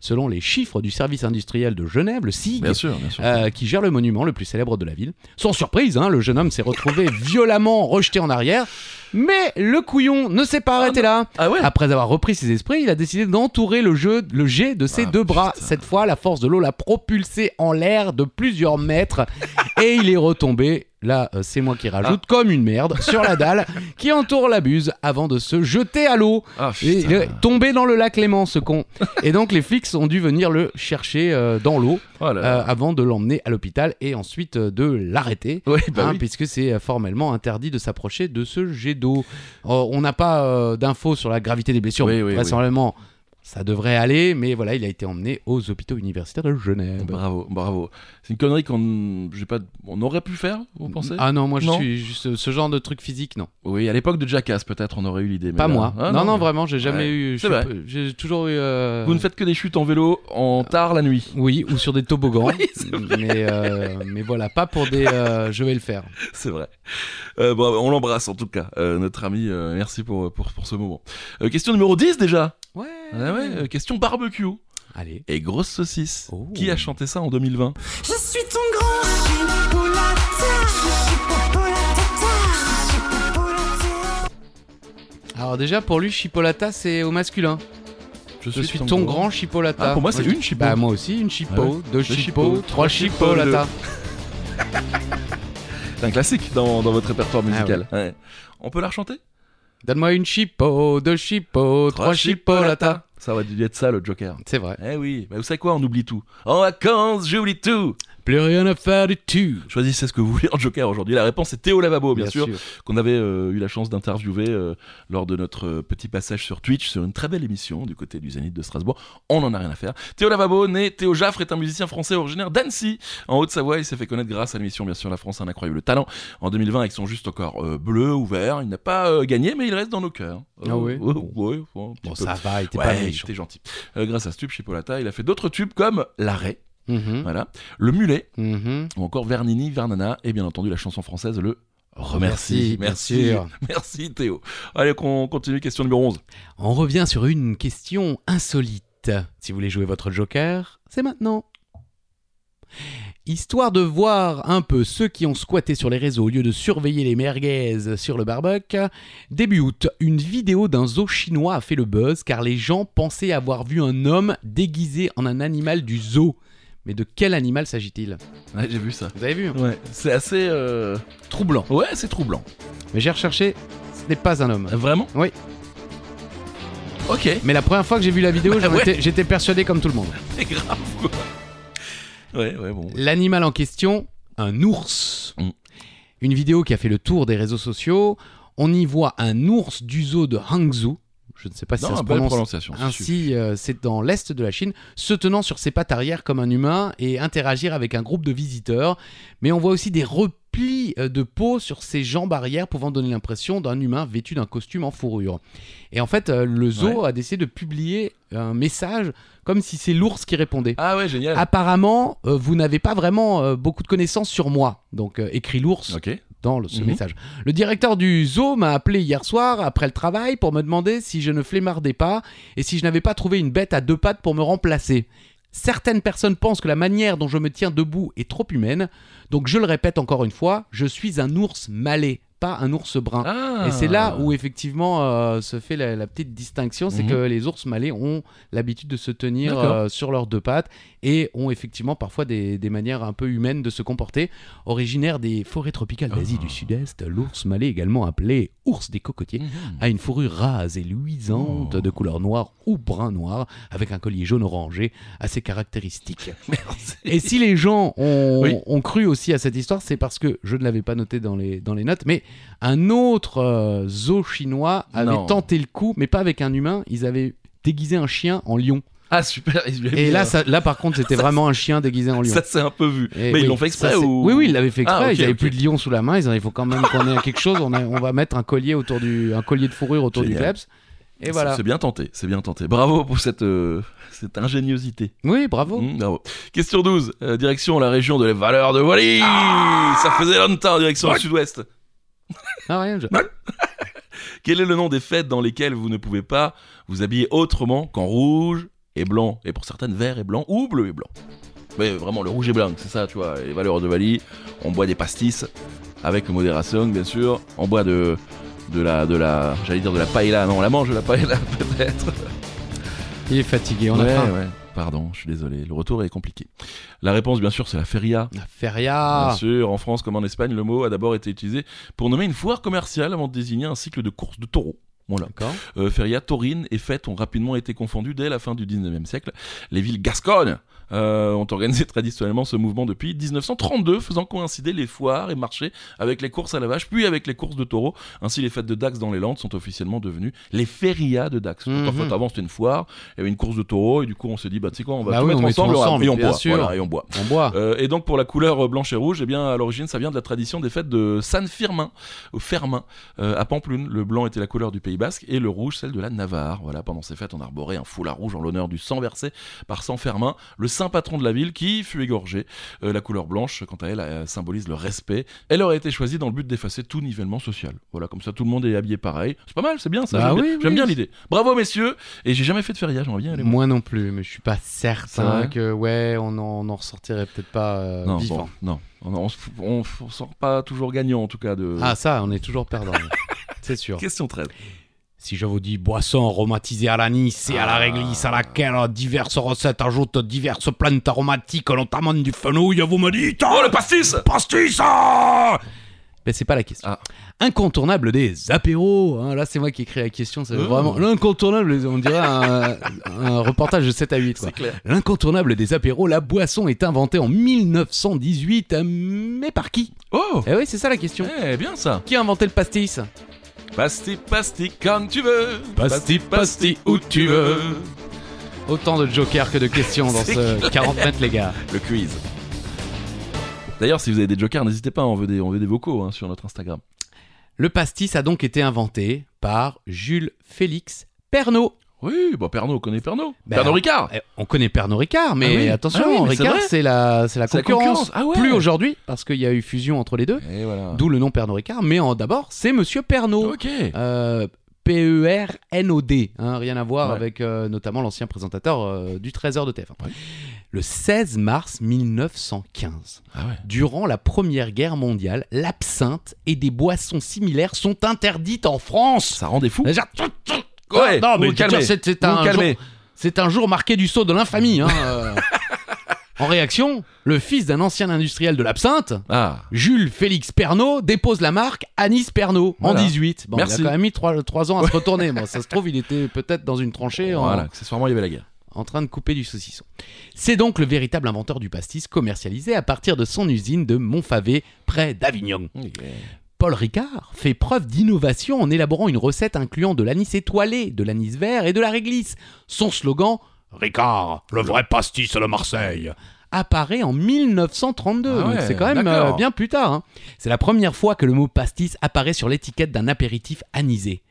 selon les chiffres du service industriel de Genève, le SIG.
Bien sûr, bien sûr.
euh, qui gère le monument le plus célèbre de la ville. Sans surprise, hein, le jeune homme s'est retrouvé violemment rejeté en arrière, mais le couillon ne s'est pas arrêté là.
ah ouais
Après avoir repris ses esprits, il a décidé d'entourer le, jeu, le jet de ses
Ah,
deux bras.
putain.
Cette fois, la force de l'eau l'a propulsé en l'air de plusieurs mètres
<laughs>
et il est retombé, là euh, c'est moi qui rajoute,
Ah.
comme une merde, sur la dalle qui entoure la buse avant de se jeter à l'eau.
Ah
Et
putain.
il est tombé dans le lac Léman, ce con. Et donc les flics ont dû venir le chercher euh, dans l'eau
Oh là là.
euh, avant de l'emmener à l'hôpital et ensuite euh, de l'arrêter.
Ouais, bah
Hein,
oui.
puisque c'est euh, formellement interdit de s'approcher de ce jet d'eau. Oh, on n'a pas euh, d'infos sur la gravité des blessures.
Oui, oui,
Vraisemblablement, ça devrait aller, mais voilà, il a été emmené aux hôpitaux universitaires de Genève.
Bravo, bravo. C'est une connerie qu'on j'ai pas on aurait pu faire, vous pensez
ah non, moi je
Non.
suis juste- euh, ce genre de truc physique, non.
Oui, à l'époque de Jackass peut-être on aurait eu l'idée mais
pas
là-
moi.
Ah,
non, non,
mais-
vraiment, j'ai jamais
Ouais,
eu. je
c'est
suis
vrai.
peu- J'ai toujours eu. euh,
Vous ne faites que des chutes en vélo en tard la
<laughs>
nuit.
Oui, ou sur des toboggans.
<laughs> Oui, c'est vrai.
mais, euh, mais voilà, pas pour des. euh, je vais le faire.
C'est vrai. Euh, bon, on l'embrasse en tout cas, euh, notre ami. euh, merci pour, pour, pour ce moment. Euh, question numéro 10 déjà.
Ouais.
Ah ouais, euh, question barbecue.
Allez.
et grosse saucisse.
Oh.
Qui a chanté ça en 2020
Je suis ton grand chipopolata. Chipopolata. Chipopolata.
Alors déjà pour lui, Chipolata, c'est au masculin.
Je
Je suis ton grand Chipolata.
Ah, pour moi, c'est
je-
une chipo.
Bah, moi aussi, une chipo,
Ah ouais. Deux
deux chipos,
chipos,
trois
trois chipos,
Chipolata.
C'est un classique dans, dans votre répertoire
Ah
musical. Ouais. On peut la rechanter
Donne-moi une chipo, deux chipos, trois Chipolata.
Ça aurait dû être ça le Joker.
C'est vrai.
Eh oui, mais vous savez quoi, on oublie tout. En vacances, j'oublie tout
Plus rien à faire du tout.
Choisissez ce que vous voulez en Joker aujourd'hui. La réponse est Théo Lavabo, Oh, bien, sûr, qu'on avait euh, eu la chance d'interviewer euh, lors de notre euh, petit passage sur Twitch, sur une très belle émission du côté du Zénith de Strasbourg. On n'en a rien à faire. Théo Lavabo, né Théo Jaffre, est un musicien français originaire d'Annecy, en Haute-Savoie. Il s'est fait connaître grâce à l'émission, bien sûr, La France a un incroyable talent. En 2020, avec son juste encore euh, bleu, ouvert, il n'a pas euh, gagné, mais il reste dans nos cœurs.
Ah ouais
ouais, ouais, ouais, un petit
Bon,
peu.
ça va, il était
Ouais,
pas
il
méchant.
était gentil. Euh, grâce à ce tube Chipolata, il a fait d'autres tubes comme L'arrêt,
Mhm,
Voilà. Le mulet,
mhm.
ou encore Vernini, Vernana, et bien entendu la chanson française, le Remercie.
bien
Merci.
sûr.
<laughs> Merci Théo. Allez, qu'on continue, question numéro 11.
On revient sur une question insolite. Si vous voulez jouer votre joker, c'est maintenant. Histoire de voir un peu ceux qui ont squatté sur les réseaux au lieu de surveiller les merguez sur le barbecue, début août, une vidéo d'un zoo chinois a fait le buzz car les gens pensaient avoir vu un homme déguisé en un animal du zoo. Mais de quel animal s'agit-il
Ouais, j'ai vu ça.
Vous avez vu hein
Ouais, c'est assez. euh,
Troublant.
Ouais, c'est troublant.
Mais j'ai recherché, ce n'est pas un homme.
Vraiment
Oui.
Ok,
Mais la première fois que j'ai vu la vidéo, j'en
ouais.
étais- j'étais persuadé comme tout le monde.
c'est grave quoi. Ouais, ouais, bon.
L'animal en question, un ours.
Mm.
Une vidéo qui a fait le tour des réseaux sociaux. On y voit un ours du zoo de Hangzhou. Je ne sais pas si
Non,
ça se
une bonne
prononce.
prononciation. c'est sûr.
Ainsi, euh, c'est dans l'est de la Chine, se tenant sur ses pattes arrière comme un humain et interagir avec un groupe de visiteurs. Mais on voit aussi des replis euh, de peau sur ses jambes arrière, pouvant donner l'impression d'un humain vêtu d'un costume en fourrure. Et en fait, euh, le zoo a décidé de publier un message comme si c'est l'ours qui répondait.
Ah ouais, génial.
Apparemment, euh, vous n'avez pas vraiment euh, beaucoup de connaissances sur moi. Donc, euh, écrit l'ours
Ok.
dans le- ce
Mhm.
message. Le directeur du zoo m'a appelé hier soir après le travail pour me demander si je ne flémardais pas et si je n'avais pas trouvé une bête à deux pattes pour me remplacer. Certaines personnes pensent que la manière dont je me tiens debout est trop humaine. Donc, je le répète encore une fois, je suis un ours malais, pas un ours brun.
Ah.
Et c'est là où effectivement euh, se fait la, la petite distinction, c'est
Mhm.
que les ours malais ont l'habitude de se tenir
D'accord.
euh, sur leurs deux pattes et ont effectivement parfois des, des manières un peu humaines de se comporter. Originaire des forêts tropicales d'Asie du Sud-Est, l'ours malais, également appelé ours des cocotiers,
Ah. Mhm. Oh.
a une fourrure rase et luisante de couleur noire ou brun noir, avec un collier jaune orangé assez caractéristique.
<laughs> Merci.
Et si les gens ont,
Oui.
ont cru aussi à cette histoire, c'est parce que je ne l'avais pas noté dans les, dans les notes, mais un autre euh, zoo chinois avait
Non.
tenté le coup, mais pas avec un humain, ils avaient déguisé un chien en lion.
Ah super. ils lui avaient
Et
mis
là,
un-
ça, là par contre, c'était vraiment un chien déguisé en lion.
<laughs> ça c'est un peu vu.
Et
Mais
oui,
ils l'ont fait
ça,
exprès
c'est-
ou
Oui, oui, ils l'avaient fait exprès.
Ah, ok,
ils n'avaient
ok.
plus de lion sous la main. Ils ont dit, il faut quand même qu'on ait quelque chose. On, a- on va mettre un collier autour du, un collier de fourrure autour du
Génial.
kleps. Et voilà.
C'est bien tenté, c'est bien tenté. Bravo pour cette, euh, cette ingéniosité.
Oui, bravo.
Mmh, bravo. Question 12, euh, direction la région de les valeurs de Wally. ça faisait longtemps, direction le sud-ouest.
Ah, rien. je-
Quel est le nom des fêtes dans lesquelles vous ne pouvez pas vous habiller autrement qu'en rouge et blanc Et pour certaines, vert et blanc ou bleu et blanc. Mais vraiment, le rouge et blanc, c'est ça, tu vois, les valeurs de Bali. On boit des pastis, avec modération, bien sûr. On boit de, de la, de la, j'allais dire de la paella. Non, on la mange, la paella, peut-être.
Il est fatigué. On
Ouais,
a faim.
ouais. Pardon, je suis désolé. Le retour est compliqué. La réponse, bien sûr, c'est la feria.
La feria.
Bien sûr, en France comme en Espagne, le mot a d'abord été utilisé pour nommer une foire commerciale avant de désigner un cycle de courses de taureaux. Voilà.
D'accord.
Euh, Feria, Taurine et fête ont rapidement été confondues dès la fin du 19e siècle. Les villes gascognes euh, ont organisé <laughs> traditionnellement ce mouvement depuis 1932, faisant coïncider les foires et marchés avec les courses à la vache, puis avec les courses de taureaux. Ainsi, les fêtes de Dax dans les Landes sont officiellement devenues les ferias de Dax. Donc, en
Mhm.
fait, avant, c'était une foire, il y avait une course de taureaux, et du coup, on s'est dit, bah, tu sais quoi, on va
Bah
tout
oui,
mettre
on met tout
ensemble,
ensemble,
et on
bien
boit.
sûr.
Voilà, et on boit.
On boit.
Euh, et donc pour la couleur euh, blanche et rouge, eh bien à l'origine ça vient de la tradition des fêtes de San Firmin, au Fermin, euh, à Pamplune. Le blanc était la couleur du Pays Basque et le rouge celle de la Navarre. Voilà, pendant ces fêtes on arborait un foulard rouge en l'honneur du sang versé par San Fermin, le saint patron de la ville qui fut égorgé. Euh, la couleur blanche, quant à elle, euh, symbolise le respect. Elle aurait été choisie dans le but d'effacer tout nivellement social. Voilà, comme ça tout le monde est habillé pareil. C'est pas mal, c'est bien ça.
Bah
j'aime
oui,
bien-
oui.
j'aime bien l'idée. Bravo messieurs. Et j'ai jamais fait de feria, j'aimerais bien aller.
Moi non plus, mais je suis pas
C'est
certain
vrai
que ouais, on en, on en ressortirait peut-être pas euh,
Non,
vivant.
bon, non, on, on, se- on- on sort pas toujours gagnant en tout cas de.
Ah ça, on est
<laughs>
toujours perdant. C'est sûr.
Question 13.
Si je vous dis boisson aromatisée à l'anis et à
Ah.
la réglisse à laquelle diverses recettes ajoutent diverses plantes aromatiques, notamment du fenouil, vous me dites
Oh le pastis
pastis ah Mais c'est pas la question.
Ah.
Incontournable des apéros. hein. Là, c'est moi qui écris la question. C'est
Oh.
vraiment l'incontournable. On
<laughs>
dirait un, un reportage de 7 à 8. quoi.
clair.
L'incontournable des apéros, la boisson est inventée en 1918. euh, Mais par qui
Oh
Eh oui, c'est ça la question.
Eh bien ça
Qui a inventé le pastis
Pasti, pasti, quand tu veux
Pasti, pasti, où tu veux. Autant de jokers que de questions dans
<laughs> C'est
ce 40 mètres, les gars.
Le quiz. D'ailleurs, si vous avez des jokers, n'hésitez pas, on veut des, on veut des vocaux hein, sur notre Instagram.
Le pastis a donc été inventé par Jules Félix Pernaud.
Oui, bon, Pernod, on connaît Pernod.
Ben,
Pernod Ricard
Eh, On connaît Pernod Ricard, mais
Ah oui.
attention,
Ah oui, mais c'est
Ricard,
vrai.
c'est la, c'est la
C'est la
concurrence.
concurrence. Ah ouais.
Plus aujourd'hui, parce qu'il y a eu fusion entre les deux,
Et voilà.
d'où le nom Pernod Ricard. Mais en- d'abord, c'est Monsieur Pernod.
Ok.
Euh, P-E-R-N-O-D, hein, rien à voir
Ouais.
avec euh, notamment l'ancien présentateur euh, du 13h de TF1. Le 16 mars 1915,
Ah ouais.
durant la Première Guerre mondiale, l'absinthe et des boissons similaires sont interdites en France.
Ça rendait fou.
Déjà,
Ouais,
non, mais
vous
je veux dire,
calmez.
c'est- c'est
Vous
un jour-
calmez.
c'est un jour marqué du saut de l'infamie. hein, euh.
<laughs>
en réaction, le fils d'un ancien industriel de l'absinthe,
Ah.
Jules Félix Pernaud dépose la marque Anis Pernaud
Voilà.
en 18. Bon,
Merci.
Il a quand même mis 3, ans à se retourner. Bon, ça se trouve, il était peut-être dans une tranchée en,
Voilà, accessoirement, il y avait la guerre.
en train de couper du saucisson. C'est donc le véritable inventeur du pastis commercialisé à partir de son usine de Montfavet, près d'Avignon. Paul Ricard fait preuve d'innovation en élaborant une recette incluant de l'anis étoilé, de l'anis vert et de la réglisse. Son slogan Ricard, le vrai pastis de Marseille apparaît en 1932,
Ah
donc
ouais,
c'est quand même
d'accord.
euh, bien plus tard. hein. C'est la première fois que le mot pastis apparaît sur l'étiquette d'un apéritif anisé.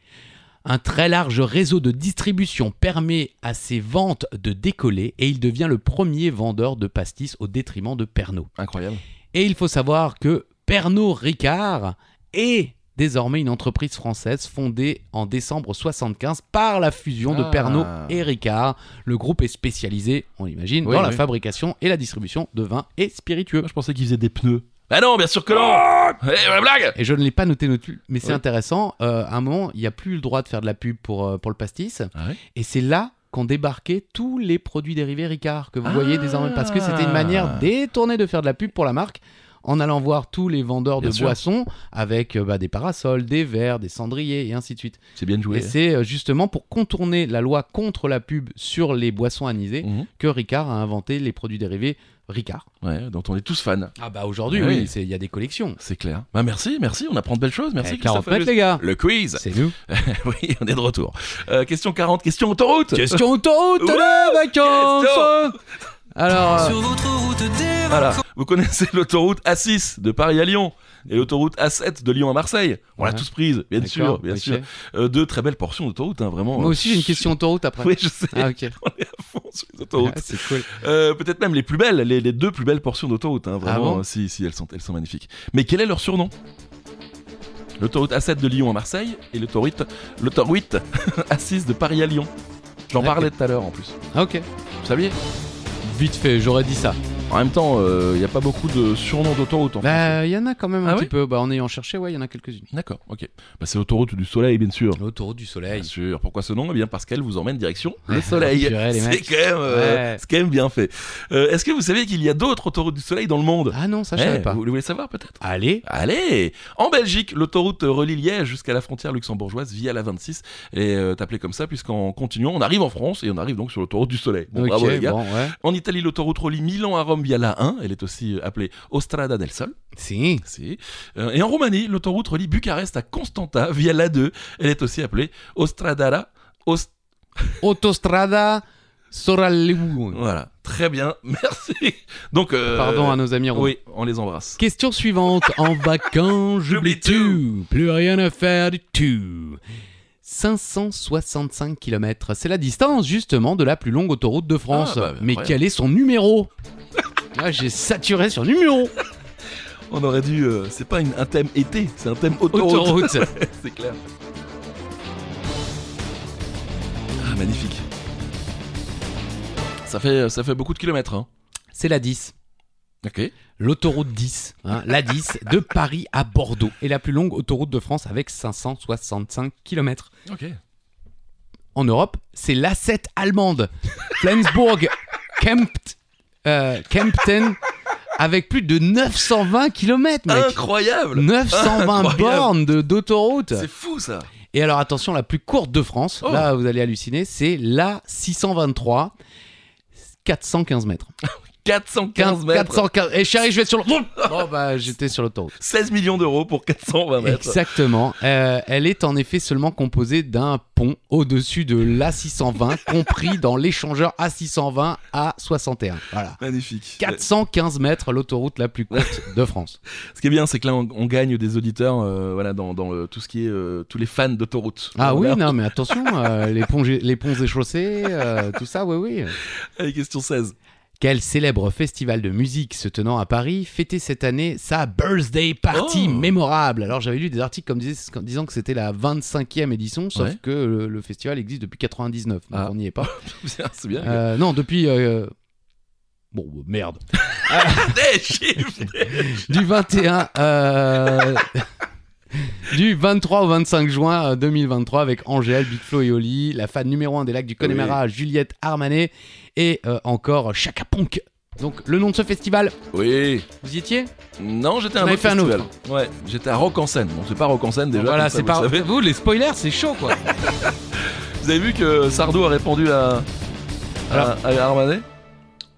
Un très large réseau de distribution permet à ses ventes de décoller et il devient le premier vendeur de pastis au détriment de Pernod.
Incroyable.
Et il faut savoir que Pernod Ricard est désormais une entreprise française fondée en décembre 75 par la fusion de
Ah.
Pernod et Ricard. Le groupe est spécialisé, on l'imagine,
Oui,
dans la
oui.
fabrication et la distribution de vins et spiritueux.
Moi, je pensais qu'il faisait des pneus. Bah non, bien sûr que non
Oh
Eh, la blague
Et je ne l'ai pas noté non plus, mais c'est
Oui.
intéressant. euh, à un moment, il n'y a plus le droit de faire de la pub pour, euh, pour le pastis.
Ah ouais
Et c'est là qu'ont débarqué tous les produits dérivés Ricard que vous
Ah.
voyez désormais. Parce que c'était une manière détournée de faire de la pub pour la marque en allant voir tous les vendeurs
Bien
de
sûr.
boissons avec euh, bah, des parasols, des verres, des cendriers et ainsi de suite.
C'est bien joué.
Et c'est euh, justement pour contourner la loi contre la pub sur les boissons anisées
Mhm.
que Ricard a inventé les produits dérivés Ricard.
Ouais, dont on est tous fans.
Ah bah aujourd'hui,
Ah oui,
oui, c'est- il y a des collections.
C'est clair. Bah merci, merci, on apprend de belles choses. Merci
Eh, 40
Christophe
mètres,
Auguste.
les gars.
Le quiz <laughs>
<laughs> C'est nous.
Oui, on est de retour. Euh, question 40, question autoroute Euh, bah,
Question autoroute de vacances Alors, euh,
Sur votre route des
Voilà,
vacances.
vous connaissez <laughs> l'autoroute A6 de Paris à Lyon et l'autoroute A7 de Lyon à Marseille. On l'a
Ouais.
tous prise, bien sûr,
d'accord,
bien
ok.
sûr. Euh, deux très belles portions d'autoroute, hein, vraiment.
Moi aussi, j'ai une question autoroute après.
<laughs> Oui, je sais, <laughs>
Ah, ok.
à fond sur les autoroutes.
Ah, <laughs> c'est cool.
Euh, Peut-être même les plus belles, les, les deux plus belles portions d'autoroute, hein, vraiment.
Ah bon
euh, si, si, elles sont, elles sont magnifiques. Mais quel est leur surnom L'autoroute A7 de Lyon à Marseille et l'autoroute l'autoroute <laughs> A6 de Paris à Lyon. J'en
Ok.
parlais tout à l'heure en plus.
Ah, ok.
Vous saviez
Vite fait, j'aurais dit ça.
En même temps, il n'y a pas beaucoup de surnoms d'autoroute en français.
Bah, il y en a quand même un
Ah
petit
oui
peu. Bah, en ayant cherché, ouais, il y en a quelques-unes.
D'accord, ok. Bah, c'est l'autoroute du soleil, bien sûr.
L'autoroute du soleil.
Bien sûr. Pourquoi ce nom Eh bien parce qu'elle vous emmène direction le
<laughs> Ouais,
soleil.
purée, les
C'est
mecs.
quand, même, euh,
Ouais.
c'est quand même bien fait. Euh, Est-ce que vous savez qu'il y a d'autres autoroutes du soleil dans le monde
Ah non, ça, je savais
Eh,
pas.
Vous le voulez savoir peut-être
Allez.
Allez En Belgique, l'autoroute relie Liège jusqu'à la frontière luxembourgeoise via la 26 et euh, appelée comme ça puisqu'en continuant, on arrive en France et on arrive donc sur l'autoroute du soleil. Bon,
ok,
bravo les gars.
bon, ouais.
En Italie, l'autoroute relie Milan à Rome via la 1. Elle est aussi euh, appelée Ostrada del Sol.
Si.
Si. Euh, et en Roumanie, l'autoroute relie Bucarest à Constanta via l'A2. Elle est aussi appelée Ostradara. Ost-
Autostrada Soraliu.
Voilà, très bien, <laughs> merci. Donc, euh,
Pardon à nos amis roumains.
Oui, on les embrasse.
Question suivante.
<laughs>
en vacances,
J'oublie
j'oublie
tout.
tout. Plus rien à faire du tout. 565 km, c'est la distance justement de la plus longue autoroute de France.
Ah, bah, bah,
Mais
incroyable.
quel est son numéro Là, j'ai saturé sur numéro.
On aurait dû. euh, c'est pas une- un thème été, c'est un thème autoroute.
Autoroute.
c'est clair. Ah, magnifique. Ça fait, ça fait beaucoup de kilomètres. Hein.
<laughs> C'est la 10.
Ok.
L'autoroute 10, hein, la 10 de Paris à Bordeaux est la plus longue autoroute de France avec 565 km.
Ok.
En Europe, c'est l'A7 allemande, Flensburg, Kempt, euh, Kempten, avec plus de 920 km, mec.
Incroyable
920
Incroyable.
bornes de- d'autoroute.
C'est fou ça
Et alors attention, la plus courte de France,
Oh.
là vous allez halluciner, c'est la 623, 415 mètres.
415 mètres.
415. Et Eh, chérie, je vais sur le. Bon, bah, j'étais sur l'autoroute.
16 millions d'euros pour 420 mètres.
Exactement. Euh, elle est en effet seulement composée d'un pont au-dessus de l'A620, compris dans l'échangeur A620 A61. Voilà.
Magnifique.
415 mètres, l'autoroute la plus courte de France.
Ce qui est bien, c'est que là, on, on gagne des auditeurs euh, voilà, dans, dans le- tout ce qui est euh, tous les fans d'autoroute.
Ah oui,
Voilà.
non, mais attention, euh, les, ponts, les ponts et chaussées, euh, tout ça, oui, oui.
<laughs> Allez, question <laughs> 16.
Quel célèbre festival de musique se tenant à Paris fêtait cette année sa birthday party
Oh.
mémorable Alors j'avais lu des articles comme disais- comme disant que c'était la 25e édition, sauf
Ouais.
que le, le festival existe depuis 99, donc
Ah.
on n'y est pas.
c'est bien.
Euh, non, depuis... euh, Bon, bah, merde.
Des chiffres
Du 21... euh, <laughs> Du 23 au 25 juin euh, 2023 avec Angèle, Big Flo et Oli, la fan numéro 1 des lacs du Connemara, Juliette Armanet et euh, encore Chaka Ponk. Donc le nom de ce festival,
<laughs> Oui.
vous y étiez
Non, j'étais à un
J'en ai
autre
fait un
festival.
autre.
Ouais, j'étais à Rock en scène. Bon, c'est pas Rock en scène déjà.
voilà,
comme ça,
c'est
vous
pas
le savez.
vous les spoilers, c'est chaud quoi.
Vous avez vu que Sardou a répondu à. à,
Alors.
à Armanet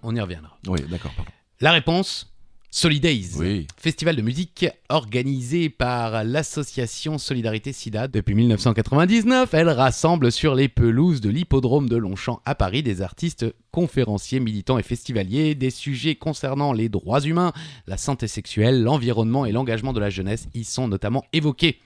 On y reviendra.
Oui, d'accord, pardon.
La réponse Solidays,
Oui.
festival de musique organisé par l'association Solidarité SIDA depuis 1999. Elle rassemble sur les pelouses de l'hippodrome de Longchamp à Paris des artistes, conférenciers, militants et festivaliers, des sujets concernant les droits humains, la santé sexuelle, l'environnement et l'engagement de la jeunesse y sont notamment évoqués.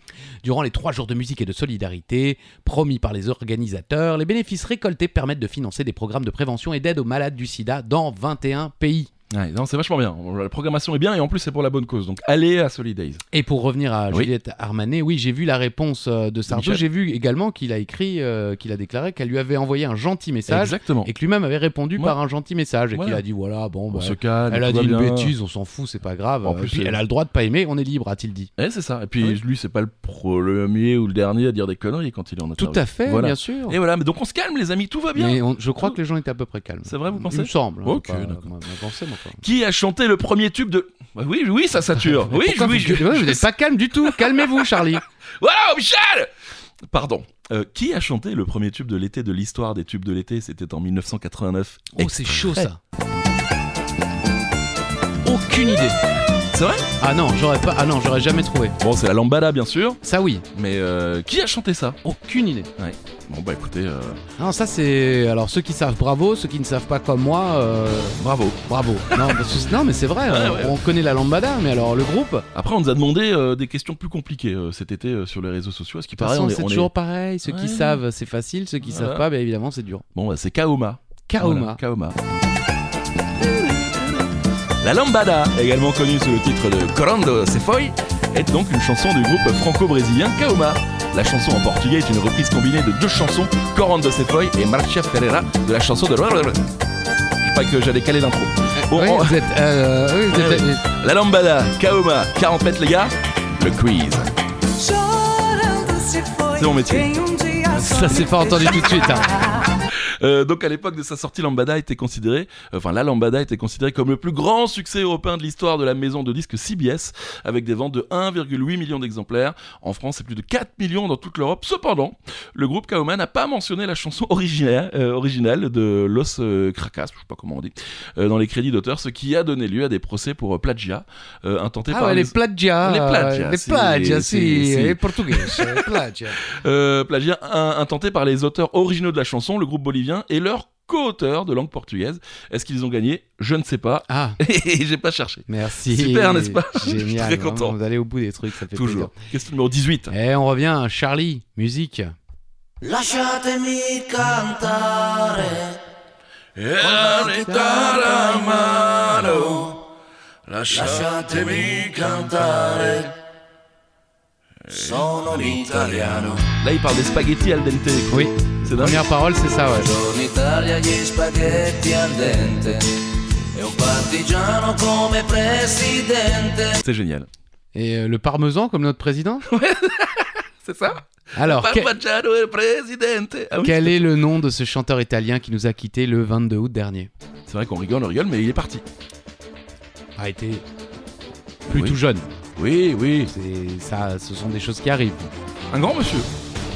Durant les trois jours de musique et de solidarité, promis par les organisateurs, les bénéfices récoltés permettent de financer des programmes de prévention et d'aide aux malades du sida dans 21 pays.
Ouais, non, c'est vachement bien. La programmation est bien et en plus, c'est pour la bonne cause. Donc, allez à Solidays.
Et pour revenir à
Oui.
Juliette Armanet, oui, j'ai vu la réponse euh, de Sardou.
Michel.
J'ai vu également qu'il a écrit, euh, qu'il a déclaré qu'elle lui avait envoyé un gentil message
Exactement.
et que lui-même avait répondu
Ouais.
par un gentil message et
Voilà.
qu'il a dit voilà, bon,
On
bah,
se calme.
elle a
tout va
dit une
bien.
bêtise, on s'en fout, c'est pas grave.
En
Euh,
plus,
puis
c'est-
elle a le droit de pas aimer, on est libre, a-t-il dit.
Eh, c'est ça. Et puis,
Oui.
lui, c'est pas le premier ou le dernier à dire des conneries quand il est en
Tout
interview.
à fait,
Voilà.
bien sûr.
Et voilà, mais donc on se calme, les amis, tout va bien.
Mais on- je crois
Tout-
que les gens étaient à peu près calmes.
C'est vrai, Oh. vous
Il
pensez
me semble. hein,
Ok,
pas-
d'accord.
ma- ma pensée, moi, quoi.
Qui a chanté le premier tube de. Bah oui, oui, ça
<laughs>
sature. oui,
Pourquoi
oui,
vous, gueulez Ouais, vous n'êtes pas calme du tout.
<laughs>
Calmez-vous, Charlie.
Voilà, Michel Pardon. Euh, qui a chanté le premier tube de l'été de l'histoire des tubes de l'été C'était en 1989.
Oh, c'est chaud ça. Aucune idée.
C'est vrai
Ah non, j'aurais pas. Ah non, j'aurais jamais trouvé.
Bon, c'est la lambada, bien sûr.
Ça oui,
Mais euh, qui a chanté ça
aucune idée.
Bon, bah écoutez, euh,
Non, ça c'est. Alors ceux qui savent, bravo. Ceux qui ne savent pas comme moi, euh,
bravo.
bravo.
<laughs>
Non, parce que- non, mais c'est vrai. euh,
Ah ouais,
on connaît la lambada, mais alors le groupe. De
Après, on nous a demandé euh, des questions plus compliquées euh, cet été euh, sur les réseaux sociaux. À Ce qui
toute
paraît,
façon,
on est.
c'est
on est-
toujours pareil. Ceux
Ouais.
qui savent, c'est facile. Ceux qui
Voilà.
savent pas, bien évidemment, c'est dur.
Bon, bah, c'est Kaoma. Voilà,
Kaoma.
Kaoma. La Lambada, également connue sous le titre de Corando se foi, est donc une chanson du groupe franco-brésilien Kaoma. La chanson en portugais est une reprise combinée de deux chansons, Corando se foi et Marcha Ferreira, de la chanson de... Je pas que j'allais caler l'intro. Bon,
Oui,
on-
vous êtes, euh, oui, vous êtes-
La Lambada, Kaoma, 40 mètres les gars, le quiz. C'est mon métier.
um
Ça s'est pas entendu tout de suite. hein.
Euh, donc à l'époque de sa sortie, Lambada était considéré, euh, enfin la Lambada était considérée comme le plus grand succès européen de l'histoire de la maison de disques CBS, avec des ventes de 1,8 million d'exemplaires. En France, c'est plus de 4 millions dans toute l'Europe. Cependant, le groupe Kaoma n'a pas mentionné la chanson originaire, euh, originale de Los euh, Cracas, je sais pas comment on dit, euh, dans les crédits d'auteur, ce qui a donné lieu à des procès pour euh, plagiat euh, intentés
Ah
par
ouais, les
les,
plagias.
Les plagias,
euh, Les
si,
plagias,
si,
si.
si. <laughs>
Les portugais. les plagias.
Euh, plagiat un- intenté par les auteurs originaux de la chanson, le groupe bolivien et leurs co-auteurs de langue portugaise. Est-ce qu'ils ont gagné Je ne sais pas. <laughs>
Ah,
Et j'ai pas cherché.
merci.
Super, n'est-ce pas Je suis
Génial.
très
vraiment,
content.
Vous allez au bout des trucs, ça fait
Toujours. Question numéro 18.
plaisir. Et on revient à Charlie, musique.
Lasciatemi cantare. Lasciatemi cantare. Sono un italiano.
Là, il parle des spaghettis al dente.
Oui.
C'est dingue.
Première parole, c'est ça, ouais.
Buongiorno Italia, gli spaghetti al dente. E un partigiano come presidente.
C'est génial.
Et euh, le parmesan comme notre président
C'est ça
Alors, que-
Parmigiano e presidente. Ah oui,
quel est le nom de ce chanteur italien qui nous a quittés le 22 août dernier
C'est vrai qu'on rigole, on rigole, mais il est parti.
A Ah, été plutôt
Oui.
jeune.
Oui, oui.
C'est ça, ce sont des choses qui arrivent.
Un grand monsieur.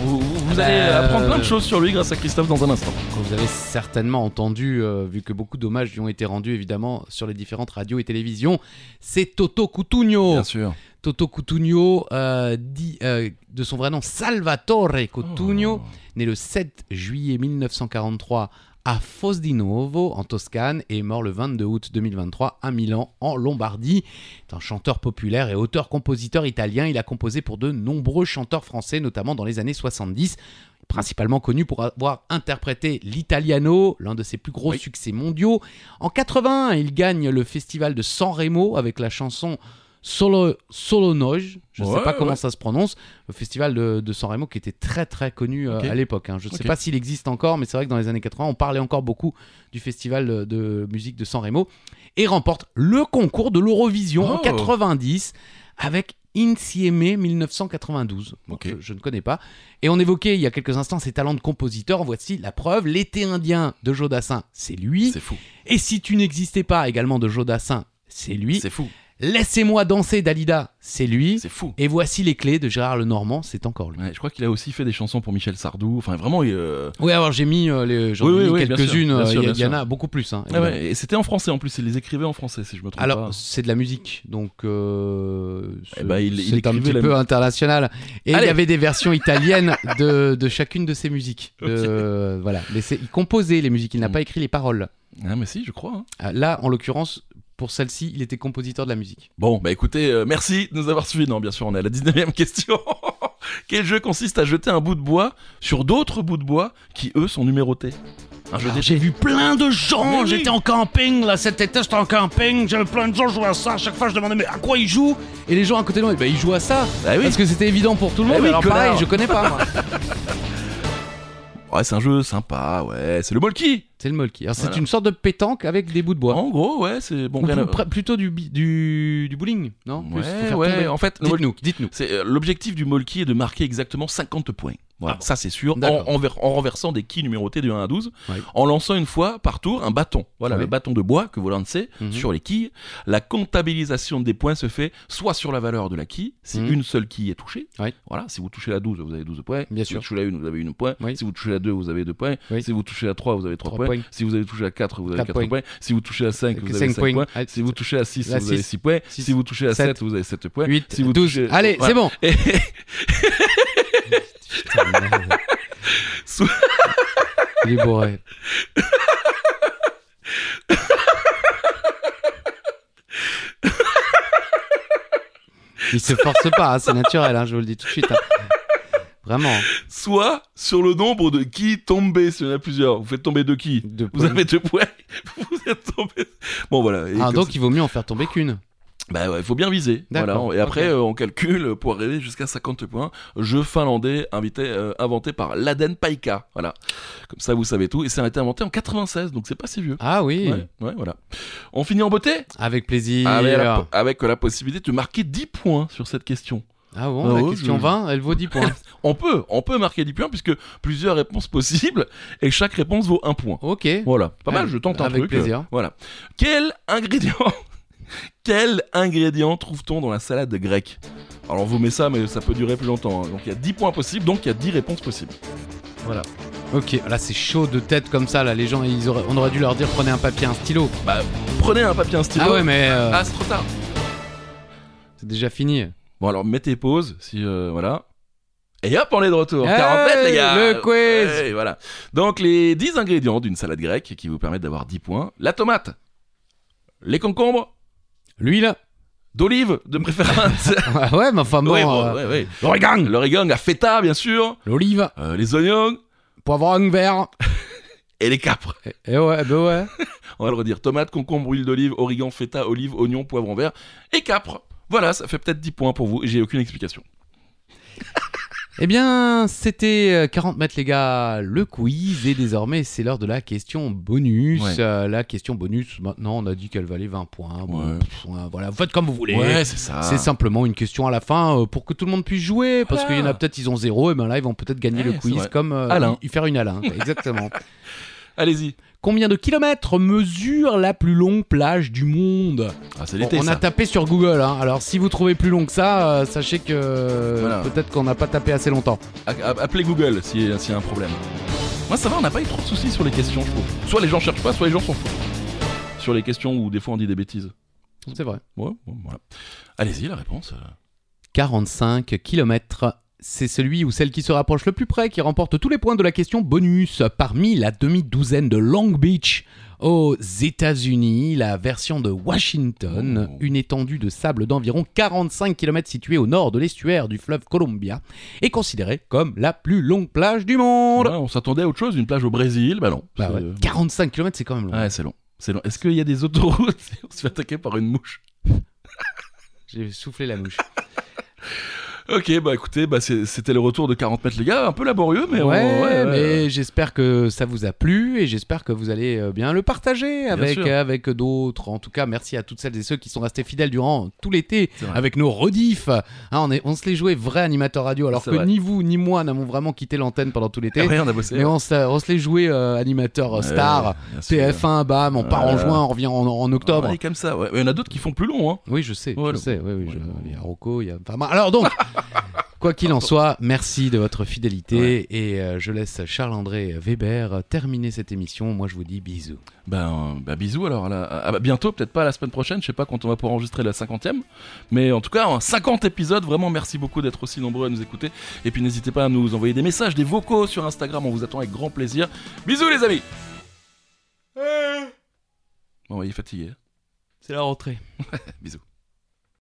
Vous, vous- vous
Ah
allez
bah,
apprendre plein de
euh, Oh.
choses sur lui grâce à Christophe dans un instant.
que vous avez certainement entendu, euh, vu que beaucoup d'hommages lui ont été rendus évidemment sur les différentes radios et télévisions, c'est Toto Cutugno.
sûr.
Toto Cutugno, euh, dit euh, de son vrai nom Salvatore Cutugno, né le 7 juillet 1943 à Fosdinovo en Toscane et est mort le 22 août 2023 à Milan en Lombardie. C'est un chanteur populaire et auteur-compositeur italien. Il a composé pour de nombreux chanteurs français, notamment dans les années 70. Principalement connu pour avoir interprété l'Italiano, l'un de ses plus gros succès mondiaux. En 81, il gagne le festival de San Remo avec la chanson Solo, Solonoge, je ne
Ouais,
sais pas comment
ouais.
ça se prononce, le festival de, de San Remo qui était très très connu euh,
Ok.
à l'époque. hein. Je ne sais
Ok.
pas s'il existe encore, mais c'est vrai que dans les années 80, on parlait encore beaucoup du festival de, de musique de San Remo et remporte le concours de l'Eurovision en
Oh.
90 avec Insieme 1992. Bon,
Ok.
je, je ne connais pas. Et on évoquait il y a quelques instants ses talents de compositeur. Voici la preuve. L'été indien de Jodassin, c'est lui.
C'est fou.
Et si tu n'existais pas également de Jodassin, c'est lui.
C'est fou.
Laissez-moi danser d'Alida, c'est lui.
C'est fou.
Et voici les clés de Gérard Lenormand, c'est encore lui.
Ouais, je crois qu'il a aussi fait des chansons pour Michel Sardou. Enfin, vraiment. il, euh,
Oui, alors j'ai mis, euh, les- j'en ai
Oui, oui,
mis
oui, bien
quelques-unes.
sûr, bien
euh,
sûr,
Il y, a-
bien
il y en
sûr.
a beaucoup plus. hein,
ah ouais, et c'était en français en plus. Il les écrivait en français, si je me trompe
Alors,
pas.
c'est de la musique, donc euh,
Eh ben, il- il
c'est un
écrivait
petit
la
peu international. Et il
Allez.
y avait des versions italiennes de, de chacune de ses <laughs> musiques. De- Voilà, mais c'est- il composait les musiques, il n'a
Mm.
pas écrit les paroles.
Ah, mais si, je crois. hein.
Euh, Là, en l'occurrence, pour celle-ci, il était compositeur de la musique.
Bon, bah écoutez, euh, merci de nous avoir suivis. Non, bien sûr, on est à la 19 e <laughs> question. Quel jeu consiste à jeter un bout de bois sur d'autres bouts de bois qui, eux, sont numérotés Un jeu
Alors,
d'échecs.
Ah, J'ai vu plein de gens,
Mais oui.
j'étais en camping, là, cet été, j'étais en camping, j'avais plein de gens jouer à ça, à chaque fois je demandais mais à quoi ils jouent Et les gens à côté de moi, bah, ils jouent à ça,
Bah oui.
parce que c'était évident pour tout le
Bah
monde,
oui,
alors
connard.
pareil, je connais pas. moi.
Ouais, c'est un jeu sympa, ouais. C'est le Molki.
<laughs> C'est le molki. Alors, C'est
Voilà.
une sorte de pétanque avec des bouts de bois.
En gros, ouais, c'est bon.
Ou
rien à-
plus- pr- plutôt du, bi- du, du bowling, non Plus, faut
Ouais,
faire
ouais,
tomber.
en fait, le Molki-
Dites-nous, dites-nous.
c'est euh, l'objectif du Molki est de marquer exactement 50 points. Voilà,
Ah bon.
ça c'est sûr. En,
D'accord.
en ver- en renversant des quilles numérotées de 1 à 12,
Ouais.
en lançant une fois par tour un bâton. Voilà,
Ouais.
le bâton de bois que vous lancez
Mhm.
sur les quilles. La comptabilisation des points se fait soit sur la valeur de la quille, si
Mhm.
une seule quille est touchée.
Ouais.
Voilà, si vous touchez la 12, vous avez 12 points.
Bien
si
sûr.
vous touchez la 1, vous avez 1 point.
Oui.
Si vous touchez la 2, vous avez 2 points.
Oui.
Si vous touchez la 3, vous avez 3,
Trois
points.
points.
Si vous avez touché la 4, vous avez
Quatre
4 points.
points.
Si vous touchez la 5, vous avez
Cinq
5 points.
points. Ah,
Si vous touchez la 6,
La
vous avez
six.
6 points.
Six.
Si vous touchez la
Sept.
7, vous avez 7 points.
8,
si vous
12.
touchez-
Allez,
Voilà.
c'est <laughs> bon.
Et-
Putain, merde.
Sou-
Il est bourré. Il se force pas, hein, c'est naturel, hein, je vous le dis tout de suite. hein. Vraiment.
soit sur le nombre de qui tomber, s'il y en a plusieurs. Vous faites tomber deux qui
De
Vous avez deux points, <laughs> vous êtes tombé. Bon voilà. Et
Ah,
comme
donc
ça-
il vaut mieux en faire tomber qu'une.
Bah ouais, il faut bien viser. Voilà.
D'accord,
Et après,
ok.
euh, on calcule pour arriver jusqu'à 50 points. Jeu finlandais invité, euh, inventé par Laden Paika. Voilà. Comme ça, vous savez tout. Et ça a été inventé en 96, donc c'est pas si vieux.
Ah oui,
Ouais, ouais, voilà. On finit en beauté
avec plaisir.
avec, la, po- avec la possibilité de marquer 10 points sur cette question.
Ah bon,
Ah
la
ouais,
question
je-
20, elle vaut 10 <laughs> points.
On peut, on peut marquer 10 points puisque plusieurs réponses possibles et chaque réponse vaut un point.
Ok.
Voilà, pas mal,
Allez,
je tente un
avec
truc.
plaisir.
euh, Voilà. Quel ingrédient <laughs> Quel ingrédient trouve-t-on dans la salade grecque Alors on vous met ça, mais ça peut durer plus longtemps. hein. Donc il y a 10 points possibles, donc il y a 10 réponses possibles.
Ok, là c'est chaud de tête comme ça, là les gens, ils auraient- on aurait dû leur dire prenez un papier, un stylo.
Prenez un papier, un stylo.
Ah ouais, mais euh,
Ah, c'est trop tard.
c'est déjà fini.
Bon, alors mettez pause, si. euh, voilà. Et hop, on est de retour.
Hey,
40 mètres, les gars.
le quiz.
Ouais, voilà. Donc les 10 ingrédients d'une salade grecque qui vous permettent d'avoir 10 points la tomate, les concombres,
L'huile
d'olive de préférence.
<laughs> Ah Ouais, mais enfin bon.
Ouais, bon,
euh,
ouais, ouais.
L'origan
L'origan à feta, bien sûr.
L'olive
Euh, les oignons
Poivron vert
et les capres.
Eh- Eh ouais, bah <laughs> ouais.
On va le redire. Tomate, concombre, huile d'olive, origan, feta, olive, oignon, poivron vert et capres. Voilà, ça fait peut-être 10 points pour vous. et J'ai aucune explication.
Eh bien, c'était euh, 40 mètres, les gars, le quiz. Et désormais, c'est l'heure de la question bonus.
Ouais.
Euh, la question bonus, maintenant, on a dit qu'elle valait 20 points. Bon,
Ouais.
pff, ouais, voilà, vous faites comme vous voulez.
c'est ça.
C'est simplement une question à la fin euh, pour que tout le monde puisse jouer. Parce
Voilà.
qu'il y en a peut-être, ils ont zéro. Et ben là, ils vont peut-être gagner
Ah. Ouais,
le
c'est
quiz
vrai. <laughs>
comme euh,
Alain.
y- y faire une Alain. Exactement.
Allez-y.
Combien de kilomètres mesure la plus longue plage du monde
Ah, c'est
Bon,
l'été,
On a
ça.
tapé sur Google, hein. alors si vous trouvez plus long que ça, euh, sachez que euh,
Voilà.
peut-être qu'on n'a pas tapé assez longtemps.
A- a- Appelez Google si- s'il y a un problème. Moi, ça va, on n'a pas eu trop de soucis sur les questions, je trouve. Soit les gens cherchent pas, soit les gens s'en foutent. Sur les questions où des fois on dit des bêtises.
C'est vrai.
Ouais, bon, voilà. Allez-y, la réponse.
45 km. C'est celui ou celle qui se rapproche le plus près qui remporte tous les points de la question bonus. Parmi la demi-douzaine de Long Beach aux États-Unis, la version de Washington,
Oh.
une étendue de sable d'environ 45 km située au nord de l'estuaire du fleuve Columbia, est considérée comme la plus longue plage du monde.
Ouais, on s'attendait à autre chose, une plage au Brésil, bah non.
Bah
C'est-
ouais, 45 km, c'est quand même long.
Ouais, c'est long. C'est long. Est-ce qu'il y a des autoroutes <laughs> On se fait attaquer par une mouche.
J'ai soufflé la mouche.
Ok, bah écoutez, bah c'est- c'était le retour de 40 mètres, les gars. Un peu laborieux, mais
ouais,
on- ouais, ouais.
mais j'espère que ça vous a plu et j'espère que vous allez euh, bien le partager avec,
sûr.
avec d'autres. En tout cas, merci à toutes celles et ceux qui sont restés fidèles durant tout l'été
C'est vrai.
avec nos rediffs. Hein, on, est, on se les jouait vrai animateur radio alors
C'est
que
vrai. Ah
ni vous ni moi n'avons vraiment quitté l'antenne pendant tout l'été.
Ouais, on a bossé.
Mais on se, on se les jouait euh, animateur euh, star.
hein,
TF1, bam, on part en
Euh,
juin, on revient en, en octobre.
est comme ça, ouais. Mais Il y en a d'autres qui font plus long, hein.
Oui, je sais,
Voilà.
je sais. Oui, oui, je-
Voilà.
Il y a Rocco, il y a. enfin, bah, alors donc, quoi qu'il en soit, merci de votre fidélité et euh, je laisse Charles-André Weber terminer cette émission. Moi, je vous dis bisous.
Ben, euh, bah, bisous alors. à la- à- bah, bientôt, peut-être pas la semaine prochaine, je sais pas quand on va pouvoir enregistrer la 50e. Mais en tout cas, en 50 épisodes, vraiment merci beaucoup d'être aussi nombreux à nous écouter. Et puis n'hésitez pas à nous envoyer des messages, des vocaux sur Instagram, on vous attend avec grand plaisir. Bisous les amis Bon, il est fatigué.
Hein C'est la rentrée.
Bisous.